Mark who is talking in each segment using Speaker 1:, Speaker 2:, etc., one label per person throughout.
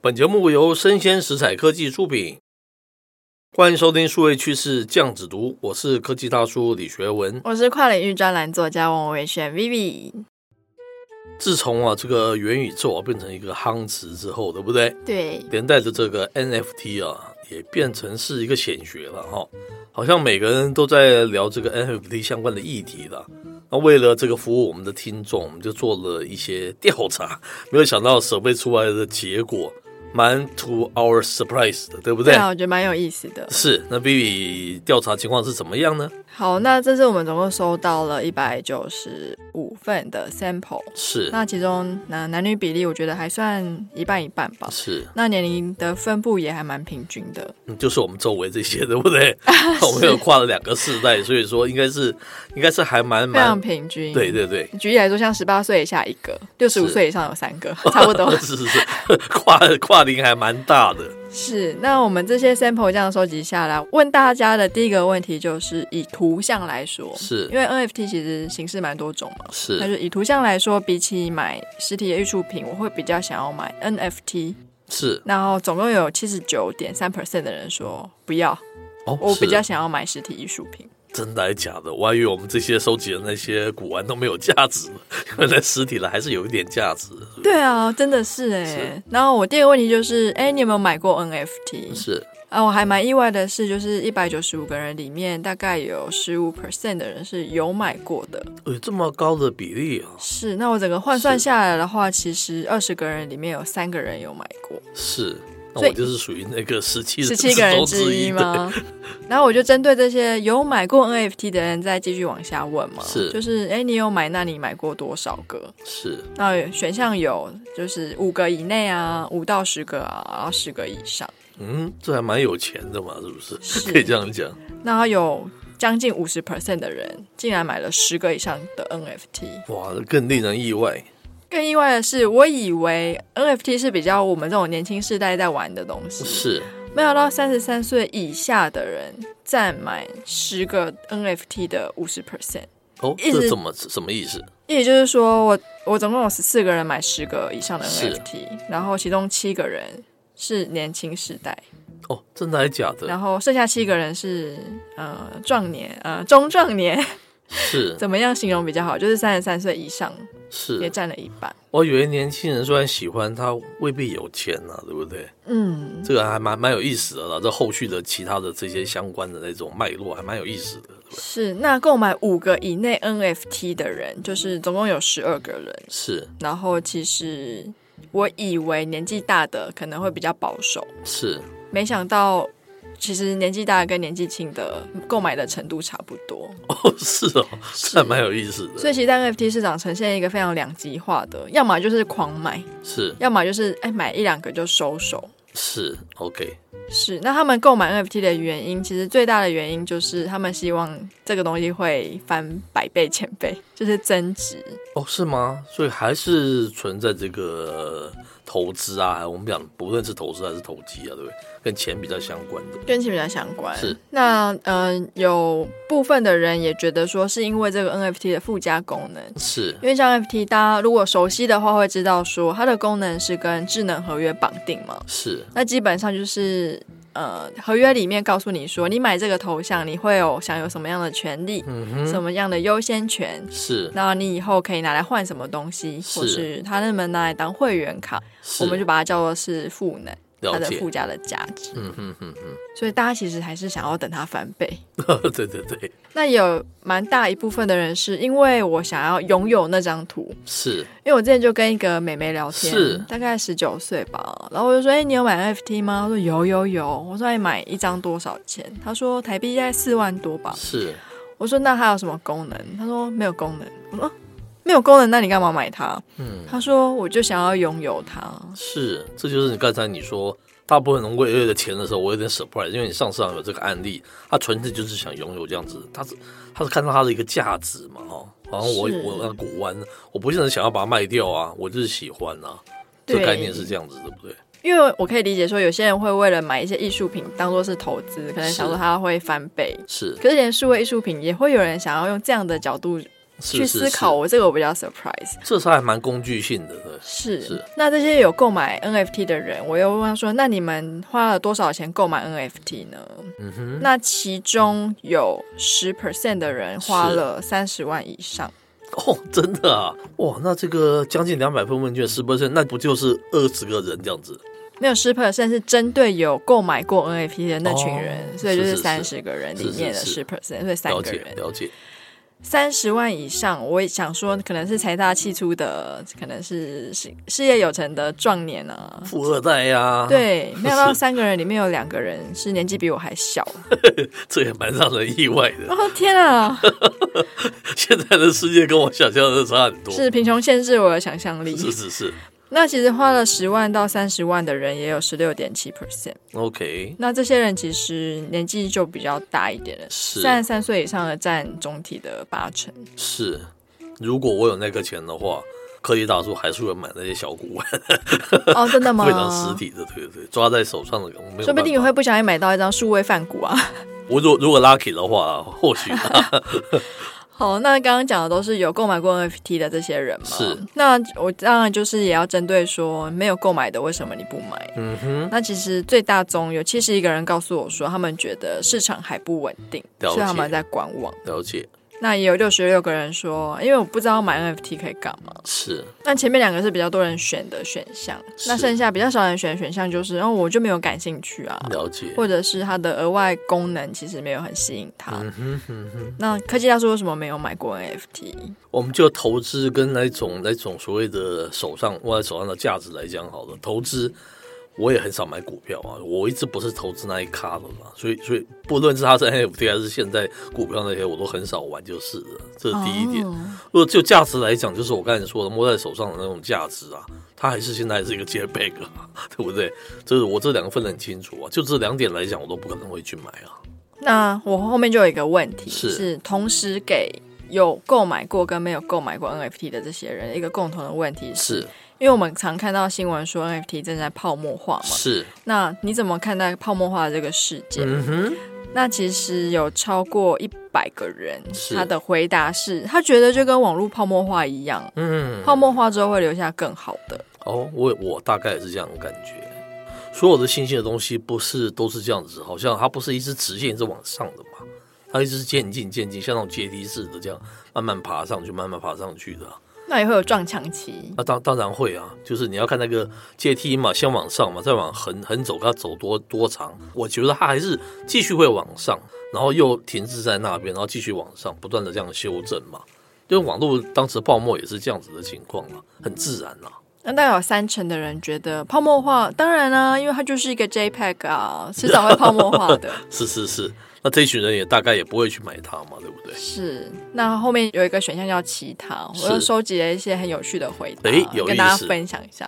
Speaker 1: 本节目由生鲜食材科技出品，欢迎收听数位趋势酱子读，我是科技大叔李学文。
Speaker 2: 我是跨领域专栏作家王维轩 Vivi。
Speaker 1: 自从啊这个元宇宙啊变成一个夯词之后，对不对？
Speaker 2: 对，
Speaker 1: 连带着这个 NFT 啊也变成是一个显学了哈、好像每个人都在聊这个 NFT 相关的议题了。那为了这个服务我们的听众，我们就做了一些调查，没有想到设备出来的结果蛮 to our surprise 的，对不
Speaker 2: 对
Speaker 1: 对？
Speaker 2: 啊，我觉得蛮有意思的。
Speaker 1: 是，那 Vivi 调查情况是怎么样呢？
Speaker 2: 好，那这次我们总共收到了一百九十五份的 sample，
Speaker 1: 是
Speaker 2: 那其中男男女比例我觉得还算一半一半吧。
Speaker 1: 是，
Speaker 2: 那年龄的分布也还蛮平均的，
Speaker 1: 嗯就是我们周围这些，对不对？ 我们有跨了两个世代，所以说应该是应该是还蛮
Speaker 2: 非常
Speaker 1: 蛮
Speaker 2: 平均。
Speaker 1: 对。对 对，
Speaker 2: 举例来说，像十八岁以下一个，六十五
Speaker 1: 是
Speaker 2: 岁以上有三个， 差 不多。
Speaker 1: 是是是，跨跨龄还蛮大的。
Speaker 2: 是，那我们这些 sample 这样收集下来，问大家的第一个问题就是以图像来说，
Speaker 1: 是
Speaker 2: 因为 NFT 其实形式蛮多种嘛，那
Speaker 1: 是
Speaker 2: 就以图像来说，比起买实体的艺术品，我会比较想要买 NFT。
Speaker 1: 是
Speaker 2: 然后总共有七十九点三 percent 的人说不要，
Speaker 1: 哦，
Speaker 2: 我
Speaker 1: 是
Speaker 2: 比较想要买实体艺术品。
Speaker 1: 真的还假的？我还以为我们这些收集的那些古玩都没有价值， 原来实体的还是有一点价值。
Speaker 2: 对啊，真的是哎、
Speaker 1: 是
Speaker 2: 然后我第二个问题就是，哎，你有没有买过 NFT？
Speaker 1: 是
Speaker 2: 啊，我还蛮意外的是，就是一百九十五个人里面，大概有十五 percent 的人是有买过的。
Speaker 1: 有这么高的比例啊？
Speaker 2: 是，那我整个换算
Speaker 1: 是
Speaker 2: 下来的话，其实二十个人里面有三个人有买过。
Speaker 1: 是，那我
Speaker 2: 所以
Speaker 1: 就是属于那个十七
Speaker 2: 十七个人之一
Speaker 1: 一？对
Speaker 2: 吗？ 然后我就针对这些有买过 NFT 的人，再继续往下问嘛。
Speaker 1: 是
Speaker 2: 就是哎，诶你有买？那你买过多少个？
Speaker 1: 是
Speaker 2: 那选项有就是五个以内啊，五到十个啊，然后十个以上。
Speaker 1: 嗯，这还蛮有钱的嘛，是不是？
Speaker 2: 是
Speaker 1: 可以这样讲，
Speaker 2: 然后有将近五十 percent 的人竟然买了十个以上的 NFT。
Speaker 1: 哇，更令人意外。
Speaker 2: 更意外的是，我以为 NFT 是比较我们这种年轻世代在玩的东西，
Speaker 1: 是
Speaker 2: 没想到三十三岁以下的人占满十个 NFT 的五十 percent。
Speaker 1: 哦，
Speaker 2: 一直
Speaker 1: 这怎么什么意思？
Speaker 2: 也就是说，我我总共有十四个人买十个以上的
Speaker 1: 是
Speaker 2: NFT，然后其中七个人是年轻世代，
Speaker 1: 哦，真的还假的？
Speaker 2: 然后剩下七个人是呃壮年呃中壮年，
Speaker 1: 是
Speaker 2: 怎么样形容比较好？就是三十三岁以上也
Speaker 1: 是，
Speaker 2: 占了一半。
Speaker 1: 我以为年轻人虽然喜欢，他未必有钱呐、对不对？
Speaker 2: 嗯，
Speaker 1: 这个还蛮蛮有意思的啦。这后续的其他的这些相关的那种脉络还蛮有意思的。
Speaker 2: 是。那购买五个以内 NFT 的人，就是总共有十二个人。
Speaker 1: 是
Speaker 2: 然后其实我以为年纪大的可能会比较保守，
Speaker 1: 是
Speaker 2: 没想到，其实年纪大的跟年纪轻的购买的程度差不多，
Speaker 1: 哦，是哦，这还蛮有意思
Speaker 2: 所
Speaker 1: 的。
Speaker 2: 以其实在 NFT 市场呈现一个非常两极化的，要么就是狂买，
Speaker 1: 是
Speaker 2: 要么就是哎买一两个就收手。
Speaker 1: 是，OK，
Speaker 2: 是，那他们购买 NFT 的原因，其实最大的原因就是他们希望这个东西会翻百倍、千倍，就是增值。
Speaker 1: 哦，是吗？所以还是存在这个投资啊，我们讲不论是投资还是投机啊，对不对？跟钱比较相关的。
Speaker 2: 跟钱比较相关。
Speaker 1: 是，
Speaker 2: 那嗯、呃有部分的人也觉得说，是因为这个 NFT 的附加功能，
Speaker 1: 是
Speaker 2: 因为像 NFT，大家如果熟悉的话，会知道说它的功能是跟智能合约绑定嘛。
Speaker 1: 是
Speaker 2: 那基本上就是呃，合约里面告诉你说，你买这个头像，你会有享有什么样的权利，
Speaker 1: 嗯
Speaker 2: 什么样的优先权。
Speaker 1: 是
Speaker 2: 那你以后可以拿来换什么东西，
Speaker 1: 是
Speaker 2: 或是它能不能拿来当会员卡？
Speaker 1: 是，
Speaker 2: 我们就把它叫做是赋能，它
Speaker 1: 了
Speaker 2: 的
Speaker 1: 解。
Speaker 2: 附加的价值。
Speaker 1: 嗯哼哼
Speaker 2: 所以大家其实还是想要等它翻倍。
Speaker 1: 哼， 对对对，
Speaker 2: 那也有蛮大一部分的人是因为我想要拥有那张图，
Speaker 1: 是
Speaker 2: 因为我之前就跟一个妹妹聊天，
Speaker 1: 是
Speaker 2: 大概十九岁吧，然后我就说：“哎、你有买 NFT 吗？”她说：“有有有。”我说：“哎，买一张多少钱？”她说：“台币大概四万多吧。
Speaker 1: 是，”
Speaker 2: 我说：“那它有什么功能？”她说：“没有功能。”我说：“啊没有功能，那你干嘛买它？”
Speaker 1: 嗯
Speaker 2: 她说：“我就想要拥有它。
Speaker 1: 是，这就是你刚才你说。大部分人为为了钱的时候，我有点 surprise，因为你上市场有这个案例，他纯粹就是想拥有这样子，他是他是看到他的一个价值嘛，哦，好像我
Speaker 2: 是
Speaker 1: 我那古玩，我不是很想要把它卖掉啊，我就是喜欢啊，这
Speaker 2: 对
Speaker 1: 概念是这样子，对不对？
Speaker 2: 因为我可以理解说，有些人会为了买一些艺术品当做是投资，可能想说它会翻倍，
Speaker 1: 是
Speaker 2: 可是连数位艺术品也会有人想要用这样的角度
Speaker 1: 是
Speaker 2: 去
Speaker 1: 是
Speaker 2: 思考。
Speaker 1: 是
Speaker 2: 我这个我比较 surprise。
Speaker 1: 这是还蛮工具性的，对。
Speaker 2: 是，
Speaker 1: 是
Speaker 2: 那这些有购买 NFT 的人，我又问他说：“那你们花了多少钱购买 NFT 呢？”
Speaker 1: 嗯哼，
Speaker 2: 那其中有十 percent 的人花了三十万以上，
Speaker 1: 哦，真的啊，哇，那这个将近两百份问卷，十 p e 那不就是二十个人这样子？
Speaker 2: 没有十 percent 是针对有购买过 NFT 的那群人，
Speaker 1: 哦
Speaker 2: 所以就是
Speaker 1: 是是
Speaker 2: 三十个人里面的
Speaker 1: 是是
Speaker 2: 十 percent，所以三
Speaker 1: 了
Speaker 2: 个
Speaker 1: 解
Speaker 2: 人，
Speaker 1: 了解，
Speaker 2: 三十万以上，我也想说，可能是财大气粗的，可能是事事业有成的壮年啊。
Speaker 1: 富二代呀、，
Speaker 2: 对，没 想到三个人里面有两个人是年纪比我还小，
Speaker 1: 这也蛮让人意外的。
Speaker 2: 哦天啊，
Speaker 1: 现在的世界跟我想象的差很多。
Speaker 2: 是贫穷限制我的想象力。
Speaker 1: 是是是
Speaker 2: 那其实花了十万到三十万的人也有十六点七 percent，
Speaker 1: ，OK，
Speaker 2: 那这些人其实年纪就比较大一点了，
Speaker 1: 是
Speaker 2: 三十三岁以上的占总体的八成。
Speaker 1: 是。如果我有那个钱的话，科技大叔还是会买那些小股玩，
Speaker 2: 哦，真的吗？
Speaker 1: 非常实体的，对对对，抓在手上的，我没有办
Speaker 2: 说不
Speaker 1: 法。
Speaker 2: 定你会不小心买到一张数位饭股啊。
Speaker 1: 我如果如果 lucky 的话，或许啊
Speaker 2: 好，那刚刚讲的都是有购买过 NFT 的这些人嘛？
Speaker 1: 是。
Speaker 2: 那我当然就是也要针对说没有购买的，为什么你不买？
Speaker 1: 嗯哼，
Speaker 2: 那其实最大宗有七十一个人告诉我说，他们觉得市场还不稳定，
Speaker 1: 了
Speaker 2: 所
Speaker 1: 解
Speaker 2: 以他们在观望。
Speaker 1: 了解，
Speaker 2: 那也有六十六个人说，因为我不知道买 NFT 可以干嘛。
Speaker 1: 是
Speaker 2: 那前面两个是比较多人选的选项，
Speaker 1: 是
Speaker 2: 那剩下比较少人选的选项就是，哦，我就没有感兴趣啊。
Speaker 1: 了解，
Speaker 2: 或者是它的额外功能其实没有很吸引他。
Speaker 1: 嗯哼嗯哼，
Speaker 2: 那科技大叔为什么没有买过 NFT？
Speaker 1: 我们就投资跟那种那种所谓的手上握在手上的价值来讲好了，投资。我也很少买股票啊，我一直不是投资那一咖的嘛，所以所以不论是它是 NFT 还是现在股票那些，我都很少玩就是了，这是第一点。
Speaker 2: 哦
Speaker 1: 如果就价值来讲，就是我刚才说的摸在手上的那种价值啊，它还是现在还是一个 j p e g 啊， 对不对？这是我这两个分得很清楚啊。就这两点来讲，我都不可能会去买啊。
Speaker 2: 那我后面就有一个问题，
Speaker 1: 是
Speaker 2: 同时给有购买过跟没有购买过 NFT 的这些人一个共同的问题是，
Speaker 1: 是
Speaker 2: 因为我们常看到新闻说 NFT 正在泡沫化嘛，
Speaker 1: 是，
Speaker 2: 那你怎么看待泡沫化的这个世界？
Speaker 1: 嗯哼，
Speaker 2: 那其实有超过一百个人
Speaker 1: 是，
Speaker 2: 他的回答是他觉得就跟网络泡沫化一样，
Speaker 1: 嗯，
Speaker 2: 泡沫化之后会留下更好的。
Speaker 1: 哦，我我大概也是这样的感觉。所有的新兴的东西不是都是这样子，好像它不是一直直线一直往上的嘛，它一直是渐进渐进，像那种阶梯式的这样慢慢爬上去，慢慢爬上去的啊、
Speaker 2: 那也会有撞墙期，
Speaker 1: 那当当然会啊，就是你要看那个阶梯嘛，先往上嘛，再往横横走，它走多多长。我觉得它还是继续会往上，然后又停滞在那边，然后继续往上，不断的这样修正嘛。因为网络当时泡沫也是这样子的情况嘛，很自然啊啦、
Speaker 2: 那大概有三成的人觉得泡沫化，当然啦、因为它就是一个 JPEG 啊，迟早会泡沫化的。
Speaker 1: 是是是，那这群人也大概也不会去买它嘛，对不对？
Speaker 2: 是，那后面有一个选项叫其他，我又
Speaker 1: 是
Speaker 2: 收集了一些很有趣的回答，
Speaker 1: 诶有
Speaker 2: 跟
Speaker 1: 意
Speaker 2: 大家
Speaker 1: 思
Speaker 2: 分享一下。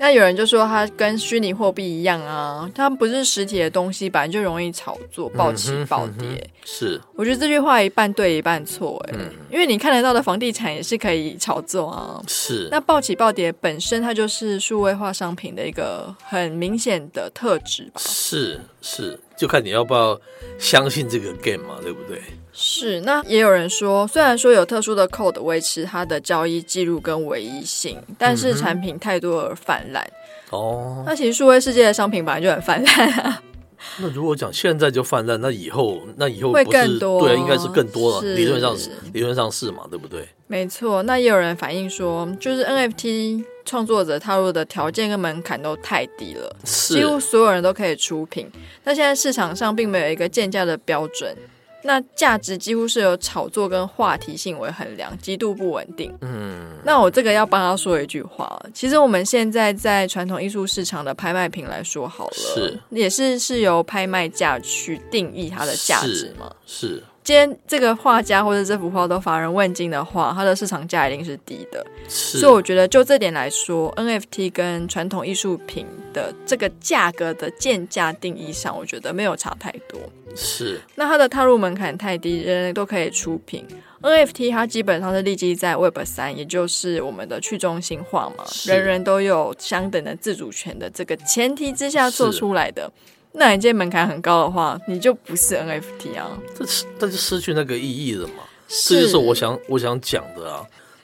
Speaker 2: 那有人就说它跟虚拟货币一样啊，它不是实体的东西，本来就容易炒作、暴
Speaker 1: 嗯
Speaker 2: 起
Speaker 1: 哼嗯
Speaker 2: 暴
Speaker 1: 嗯
Speaker 2: 跌。
Speaker 1: 是
Speaker 2: 我觉得这句话一半对一半错、诶，因为你看得到的房地产也是可以炒作啊。
Speaker 1: 是，
Speaker 2: 那暴起暴跌本身它就是数位化商品的一个很明显的特质吧。
Speaker 1: 是是，就看你要不要相信这个 game 嘛，对不对？
Speaker 2: 是，那也有人说，虽然说有特殊的 code 维持它的交易记录跟唯一性，但是产品太多而泛滥。
Speaker 1: 哦，
Speaker 2: 那其实数位世界的商品本来就很泛滥啊，
Speaker 1: 那如果讲现在就泛滥，那以后那以后
Speaker 2: 会
Speaker 1: 不是
Speaker 2: 更多
Speaker 1: 对，应该是更多了。
Speaker 2: 是
Speaker 1: 理论上是，理论上是嘛，对不对？
Speaker 2: 没错。那也有人反映说，就是 NFT 创作者踏入的条件跟门槛都太低了，
Speaker 1: 是
Speaker 2: 几乎所有人都可以出品。那现在市场上并没有一个建价的标准。那价值几乎是由炒作跟话题性为衡量，极度不稳定。
Speaker 1: 嗯，
Speaker 2: 那我这个要帮他说一句话，啊其实我们现在在传统艺术市场的拍卖品来说好了，
Speaker 1: 是
Speaker 2: 也是是由拍卖价去定义它的价值嘛。
Speaker 1: 是
Speaker 2: 今天这个画家或者这幅画都乏人问津的话，它的市场价一定是低的。
Speaker 1: 是
Speaker 2: 所以我觉得就这点来说，NFT 跟传统艺术品的这个价格的建价定义上，我觉得没有差太多。
Speaker 1: 是
Speaker 2: 那它的踏入门槛太低，人人都可以出品。NFT 它基本上是立基在 Web 三，也就是我们的去中心化嘛，
Speaker 1: 是
Speaker 2: 人人都有相等的自主权的这个前提之下
Speaker 1: 是
Speaker 2: 做出来的。那你今天门槛很高的话，你就不是 NFT 啊。
Speaker 1: 这是这就失去那个意义了嘛。这就是我想我想讲的啊。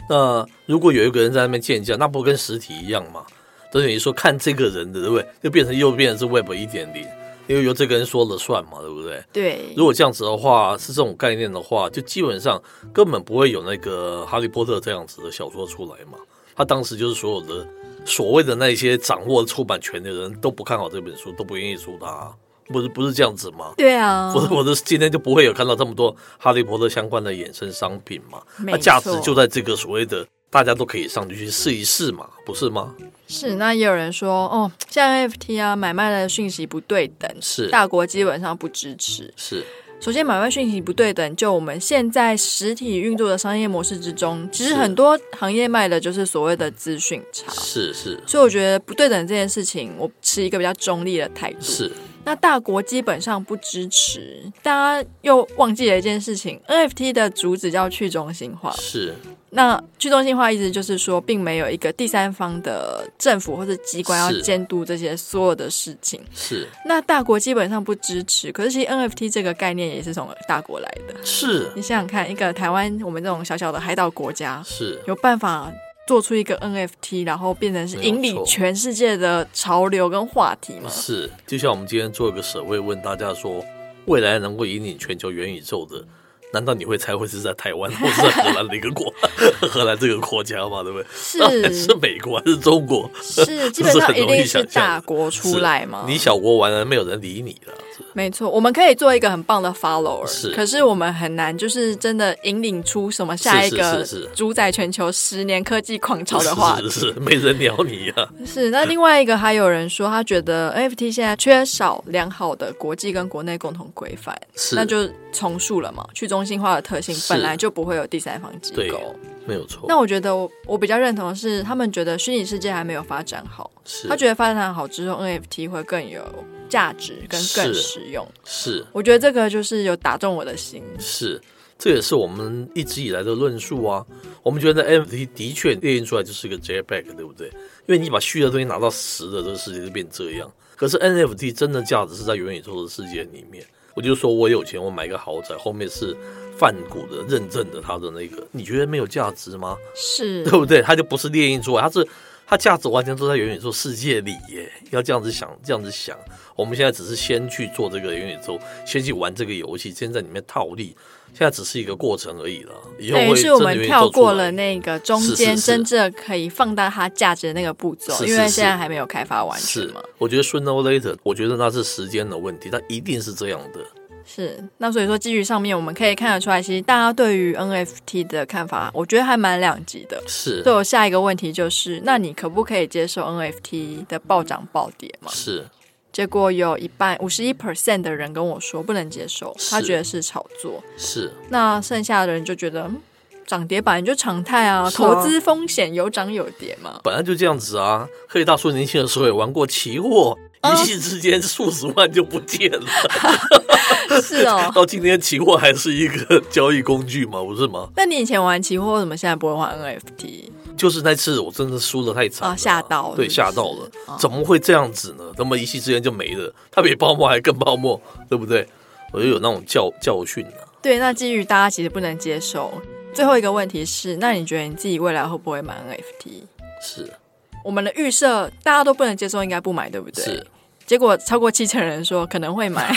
Speaker 1: 那如果有一个人在那边建价，那不跟实体一样吗？等于说看这个人的，对不对？就变成又变成是 Web 一点零，因为由这个人说了算嘛，对不对？
Speaker 2: 对
Speaker 1: 如果这样子的话，是这种概念的话，就基本上根本不会有那个《哈利波特》这样子的小说出来嘛。他当时就是所有的所谓的那些掌握出版权的人都不看好这本书，都不愿意出它、啊不是不是这样子吗？
Speaker 2: 对啊，
Speaker 1: 否则 我的今天就不会有看到这么多哈利波特相关的衍生商品嘛。
Speaker 2: 没
Speaker 1: 那价值
Speaker 2: 错
Speaker 1: 就在这个所谓的大家都可以上去去试一试嘛，不是吗？
Speaker 2: 是，那也有人说，哦，像 NFT 啊，买卖的讯息不对等，
Speaker 1: 是
Speaker 2: 大国基本上不支持。
Speaker 1: 是
Speaker 2: 首先，买卖讯息不对等，就我们现在实体运作的商业模式之中，其实
Speaker 1: 是
Speaker 2: 很多行业卖的就是所谓的资讯差。
Speaker 1: 是是
Speaker 2: 所以我觉得不对等这件事情，我持一个比较中立的态度。
Speaker 1: 是，
Speaker 2: 那大国基本上不支持，大家又忘记了一件事情，NFT 的主旨叫去中心化。
Speaker 1: 是
Speaker 2: 那去中心化意思就是说，并没有一个第三方的政府或者机关要
Speaker 1: 是
Speaker 2: 监督这些所有的事情。
Speaker 1: 是
Speaker 2: 那大国基本上不支持，可是其实 NFT 这个概念也是从大国来的。
Speaker 1: 是
Speaker 2: 你想想看，一个台湾我们这种小小的海岛国家，
Speaker 1: 是，
Speaker 2: 有办法做出一个 NFT，然后变成是
Speaker 1: 没有
Speaker 2: 引领
Speaker 1: 错
Speaker 2: 全世界的潮流跟话题 吗？
Speaker 1: 是，就像我们今天做一个社会问大家说，未来能够引领全球元宇宙的，难道你会猜会是在台湾或是在荷兰的一个 国荷兰这个国家吗？对不对？ 那还
Speaker 2: 是
Speaker 1: 是美国还是中国？
Speaker 2: 是，基本
Speaker 1: 这是
Speaker 2: 上
Speaker 1: 很
Speaker 2: 一
Speaker 1: 容易
Speaker 2: 定是
Speaker 1: 想象
Speaker 2: 大国出
Speaker 1: 是
Speaker 2: 来嘛。
Speaker 1: 你小国完了，没有人理你了。
Speaker 2: 没错，我们可以做一个很棒的 follower，
Speaker 1: 是
Speaker 2: 可是我们很难就是真的引领出什么下一个
Speaker 1: 是是是是
Speaker 2: 主宰全球十年科技狂潮的话
Speaker 1: 是是是，没人鸟你 呀、
Speaker 2: 是那另外一个还有人说，他觉得 NFT 现在缺少良好的国际跟国内共同规范，
Speaker 1: 是，
Speaker 2: 那就重述了嘛，去中心化的特性
Speaker 1: 是
Speaker 2: 本来就不会有第三方机
Speaker 1: 对
Speaker 2: 构。
Speaker 1: 没有错。
Speaker 2: 那我觉得我我比较认同的是，他们觉得虚拟世界还没有发展好，
Speaker 1: 是
Speaker 2: 他觉得发展好之后 NFT 会更有价值跟更
Speaker 1: 是
Speaker 2: 实用。
Speaker 1: 是
Speaker 2: 我觉得这个就是有打中我的心。
Speaker 1: 是，这也是我们一直以来的论述啊。我们觉得 NFT 的确列印出来就是一个 JPEG，对不对？因为你把虚的东西拿到实的，这个世界就变这样。可是 NFT 真的价值是在元宇宙的世界里面。我就说我有钱，我买个豪宅，后面是泛古的认证的它的那个，你觉得没有价值吗？
Speaker 2: 是
Speaker 1: 对，不对？它就不是猎鹰座，它是它价值完全都在元宇宙世界里耶。要这样子想，这样子想，我们现在只是先去做这个元宇宙，先去玩这个游戏，先在里面套利，现在只是一个过程而已了。以后
Speaker 2: 等
Speaker 1: 会
Speaker 2: 于是我
Speaker 1: 真的
Speaker 2: 们
Speaker 1: 元宇
Speaker 2: 跳
Speaker 1: 宙出
Speaker 2: 过
Speaker 1: 来
Speaker 2: 了。那个中
Speaker 1: 是是
Speaker 2: 间
Speaker 1: 是
Speaker 2: 真正可以放大它价值的那个步骤，
Speaker 1: 是是
Speaker 2: 因为
Speaker 1: 是
Speaker 2: 现在还没有开发完全
Speaker 1: 是
Speaker 2: 嘛。，
Speaker 1: 我觉得 sooner or later，我觉得那是时间的问题，它一定是这样的。
Speaker 2: 是，那所以说基于上面我们可以看得出来，其实大家对于 NFT 的看法，我觉得还蛮两极的。
Speaker 1: 是
Speaker 2: 所以我下一个问题就是，那你可不可以接受 NFT 的暴涨暴跌嘛？
Speaker 1: 是
Speaker 2: 结果有一半五十一 percent 的人跟我说不能接受，他
Speaker 1: 是
Speaker 2: 觉得是炒作。
Speaker 1: 是
Speaker 2: 那剩下的人就觉得嗯涨跌本来就常态啊，
Speaker 1: 是啊
Speaker 2: 投资风险有涨有跌嘛。
Speaker 1: 本来就这样子啊。科技大叔年轻的时候也玩过期货，
Speaker 2: 哦
Speaker 1: 一夕之间数十万就不见了。
Speaker 2: 是 哦。
Speaker 1: 到今天，期货还是一个交易工具嘛，不是吗？
Speaker 2: 那你以前玩期货，为什么现在不会玩 NFT？
Speaker 1: 就是那次我真的输的太惨了
Speaker 2: 啊吓到了
Speaker 1: 对，
Speaker 2: 是不是
Speaker 1: 吓到了
Speaker 2: 啊，
Speaker 1: 怎么会这样子呢？那么一夕之间就没了，它比泡沫还更泡沫，对不对？我就有那种教教训啊了、
Speaker 2: 对，那基于大家其实不能接受。最后一个问题是，那你觉得你自己未来会不会买 NFT？
Speaker 1: 是
Speaker 2: 我们的预设大家都不能接受，应该不买，对不对？
Speaker 1: 是。，
Speaker 2: 结果超过七成人说可能 会买，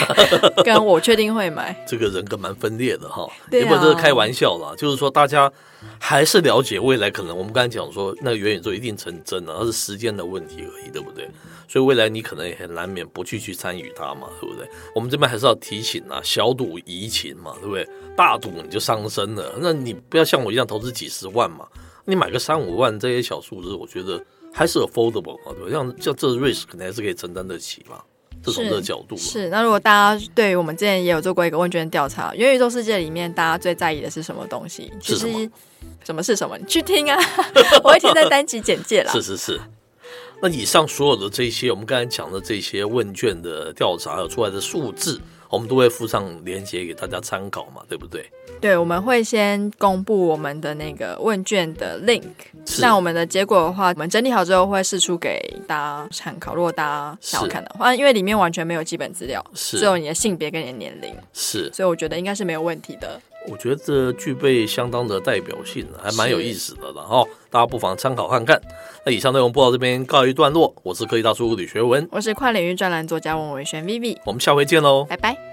Speaker 2: 跟我确定会买。
Speaker 1: 这个人格蛮分裂的哈，
Speaker 2: 对啊
Speaker 1: 也不是开玩笑啦，就是说大家还是了解未来可能，我们刚才讲说那个元宇宙一定成真啊了，它是时间的问题而已，对不对？所以未来你可能也很难免不去去参与它嘛，对不对？我们这边还是要提醒啊，小赌怡情嘛，对不对？大赌你就伤身了，那你不要像我一样投资几十万嘛，你买个三五万这些小数字，我觉得还是 affordable 嘛，对不对？像像这 risk 可能还是可以承担得起嘛，这从
Speaker 2: 是
Speaker 1: 这个角度嘛
Speaker 2: 是，那如果大家对于我们之前也有做过一个问卷调查，元宇宙世界里面大家最在意的是什么东西？其
Speaker 1: 是什么
Speaker 2: 实什么是什么？你去听啊， 我会贴在单集简介啦。
Speaker 1: 是是是。那以上所有的这些，我们刚才讲的这些问卷的调查还有出来的数字，我们都会附上链接给大家参考嘛，对不对？
Speaker 2: 对，我们会先公布我们的那个问卷的 link。
Speaker 1: 是
Speaker 2: 那我们的结果的话，我们整理好之后会试出给大家参考。如果大家想要
Speaker 1: 是
Speaker 2: 看的话，因为里面完全没有基本资料，
Speaker 1: 是
Speaker 2: 只有你的性别跟你的年龄，
Speaker 1: 是，
Speaker 2: 所以我觉得应该是没有问题的。
Speaker 1: 我觉得具备相当的代表性，啊还蛮有意思的啦。哈，大家不妨参考看看。那以上内容播到这边告一段落，我是科技大叔李学文，
Speaker 2: 我是跨领域专栏作家文伟轩 Vivi，
Speaker 1: 我们下回见喽，
Speaker 2: 拜拜。